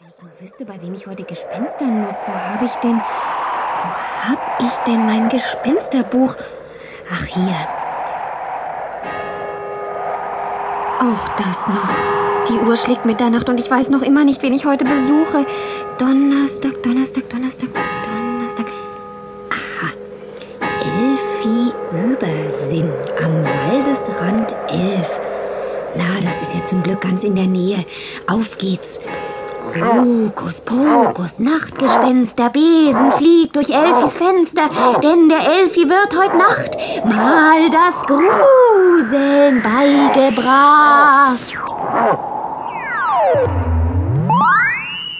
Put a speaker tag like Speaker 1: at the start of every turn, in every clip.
Speaker 1: Nur wüsste, bei wem ich heute gespenstern muss. Wo habe ich denn. Wo habe ich denn mein Gespensterbuch? Ach, hier. Auch das noch. Die Uhr schlägt Mitternacht und ich weiß noch immer nicht, wen ich heute besuche. Donnerstag, Donnerstag, Donnerstag, Donnerstag. Aha. Elfi Übersinn am Waldesrand 11. Na, das ist ja zum Glück ganz in der Nähe. Auf geht's. Hokus Pokus, Nachtgespenster, Besen fliegt durch Elfis Fenster, denn der Elfi wird heute Nacht mal das Gruseln beigebracht.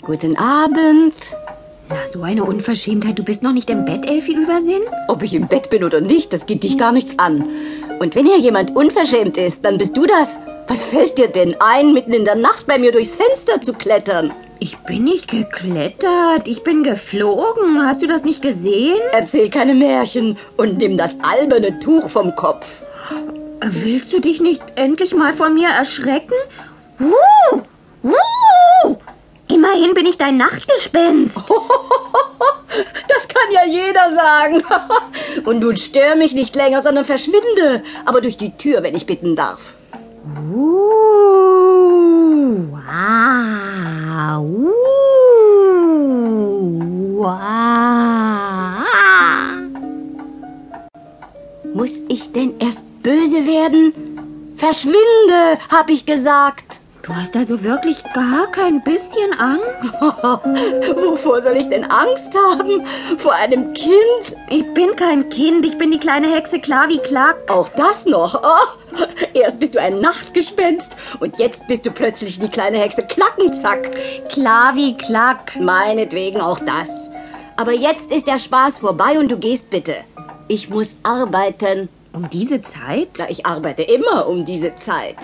Speaker 2: Guten Abend.
Speaker 1: Na, so eine Unverschämtheit, du bist noch nicht im Bett, Elfi Übersinn?
Speaker 2: Ob ich im Bett bin oder nicht, das geht dich gar nichts an. Und wenn hier jemand unverschämt ist, dann bist du das. Was fällt dir denn ein, mitten in der Nacht bei mir durchs Fenster zu klettern?
Speaker 1: Ich bin nicht geklettert, ich bin geflogen. Hast du das nicht gesehen?
Speaker 2: Erzähl keine Märchen und nimm das alberne Tuch vom Kopf.
Speaker 1: Willst du dich nicht endlich mal von mir erschrecken? Huh! Huh! Immerhin bin ich dein Nachtgespenst.
Speaker 2: Das kann ja jeder sagen. Und nun stör mich nicht länger, sondern verschwinde. Aber durch die Tür, wenn ich bitten darf.
Speaker 1: Uh, wow, uh, wow.
Speaker 2: Muss ich denn erst böse werden? Verschwinde, hab ich gesagt.
Speaker 1: Du hast also wirklich gar kein bisschen Angst?
Speaker 2: Wovor soll ich denn Angst haben? Vor einem Kind?
Speaker 1: Ich bin kein Kind, ich bin die kleine Hexe Klavi Klack.
Speaker 2: Auch das noch? Oh, erst bist du ein Nachtgespenst und jetzt bist du plötzlich die kleine Hexe Klackenzack.
Speaker 1: Klavi Klack.
Speaker 2: Meinetwegen auch das. Aber jetzt ist der Spaß vorbei und du gehst bitte. Ich muss arbeiten.
Speaker 1: Um diese Zeit?
Speaker 2: Na, ich arbeite immer um diese Zeit.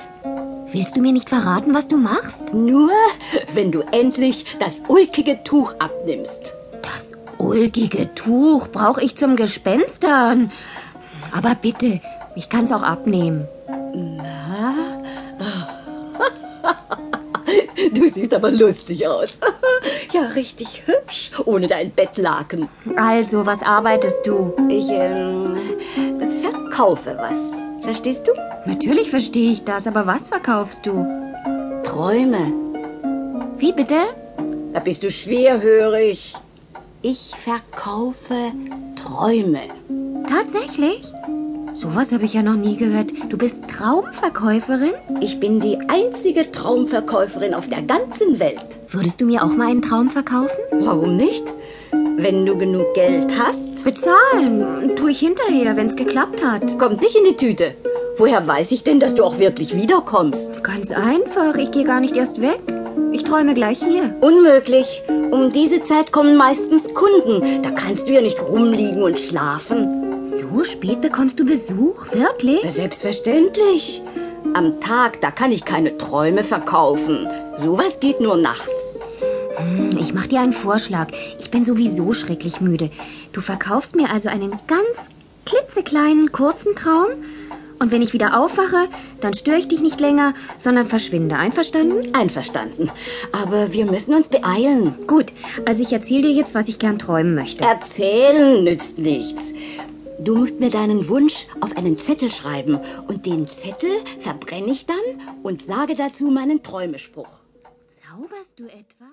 Speaker 1: Willst du mir nicht verraten, was du machst?
Speaker 2: Nur, wenn du endlich das ulkige Tuch abnimmst.
Speaker 1: Das ulkige Tuch brauche ich zum Gespenstern. Aber bitte, ich kann's auch abnehmen.
Speaker 2: Na? Du siehst aber lustig aus. Ja, richtig hübsch, ohne dein Bettlaken.
Speaker 1: Also, was arbeitest du?
Speaker 2: Ich ähm, verkaufe was. Verstehst du?
Speaker 1: Natürlich verstehe ich das, aber was verkaufst du?
Speaker 2: Träume.
Speaker 1: Wie bitte?
Speaker 2: Da bist du schwerhörig. Ich verkaufe Träume.
Speaker 1: Tatsächlich? Sowas habe ich ja noch nie gehört. Du bist Traumverkäuferin?
Speaker 2: Ich bin die einzige Traumverkäuferin auf der ganzen Welt.
Speaker 1: Würdest du mir auch mal einen Traum verkaufen?
Speaker 2: Warum nicht? Wenn du genug Geld hast,
Speaker 1: Bezahlen tue ich hinterher, wenn's geklappt hat.
Speaker 2: kommt nicht in die Tüte. Woher weiß ich denn, dass du auch wirklich wiederkommst?
Speaker 1: Ganz einfach, ich gehe gar nicht erst weg. Ich träume gleich hier.
Speaker 2: Unmöglich. Um diese Zeit kommen meistens Kunden. Da kannst du ja nicht rumliegen und schlafen.
Speaker 1: So spät bekommst du Besuch? Wirklich?
Speaker 2: Na, Selbstverständlich. Am Tag, da kann ich keine Träume verkaufen. Sowas geht nur nachts.
Speaker 1: Hm, Ich mach dir einen Vorschlag. Ich bin sowieso schrecklich müde. Du verkaufst mir also einen ganz klitzekleinen, kurzen Traum. Und wenn ich wieder aufwache, dann störe ich dich nicht länger, sondern verschwinde. Einverstanden?
Speaker 2: Einverstanden. Aber wir müssen uns beeilen.
Speaker 1: Gut, also ich erzähle dir jetzt, was ich gern träumen möchte.
Speaker 2: Erzählen nützt nichts. Du musst mir deinen Wunsch auf einen Zettel schreiben und den Zettel verbrenne ich dann und sage dazu meinen Träumespruch.
Speaker 1: Zauberst du etwa?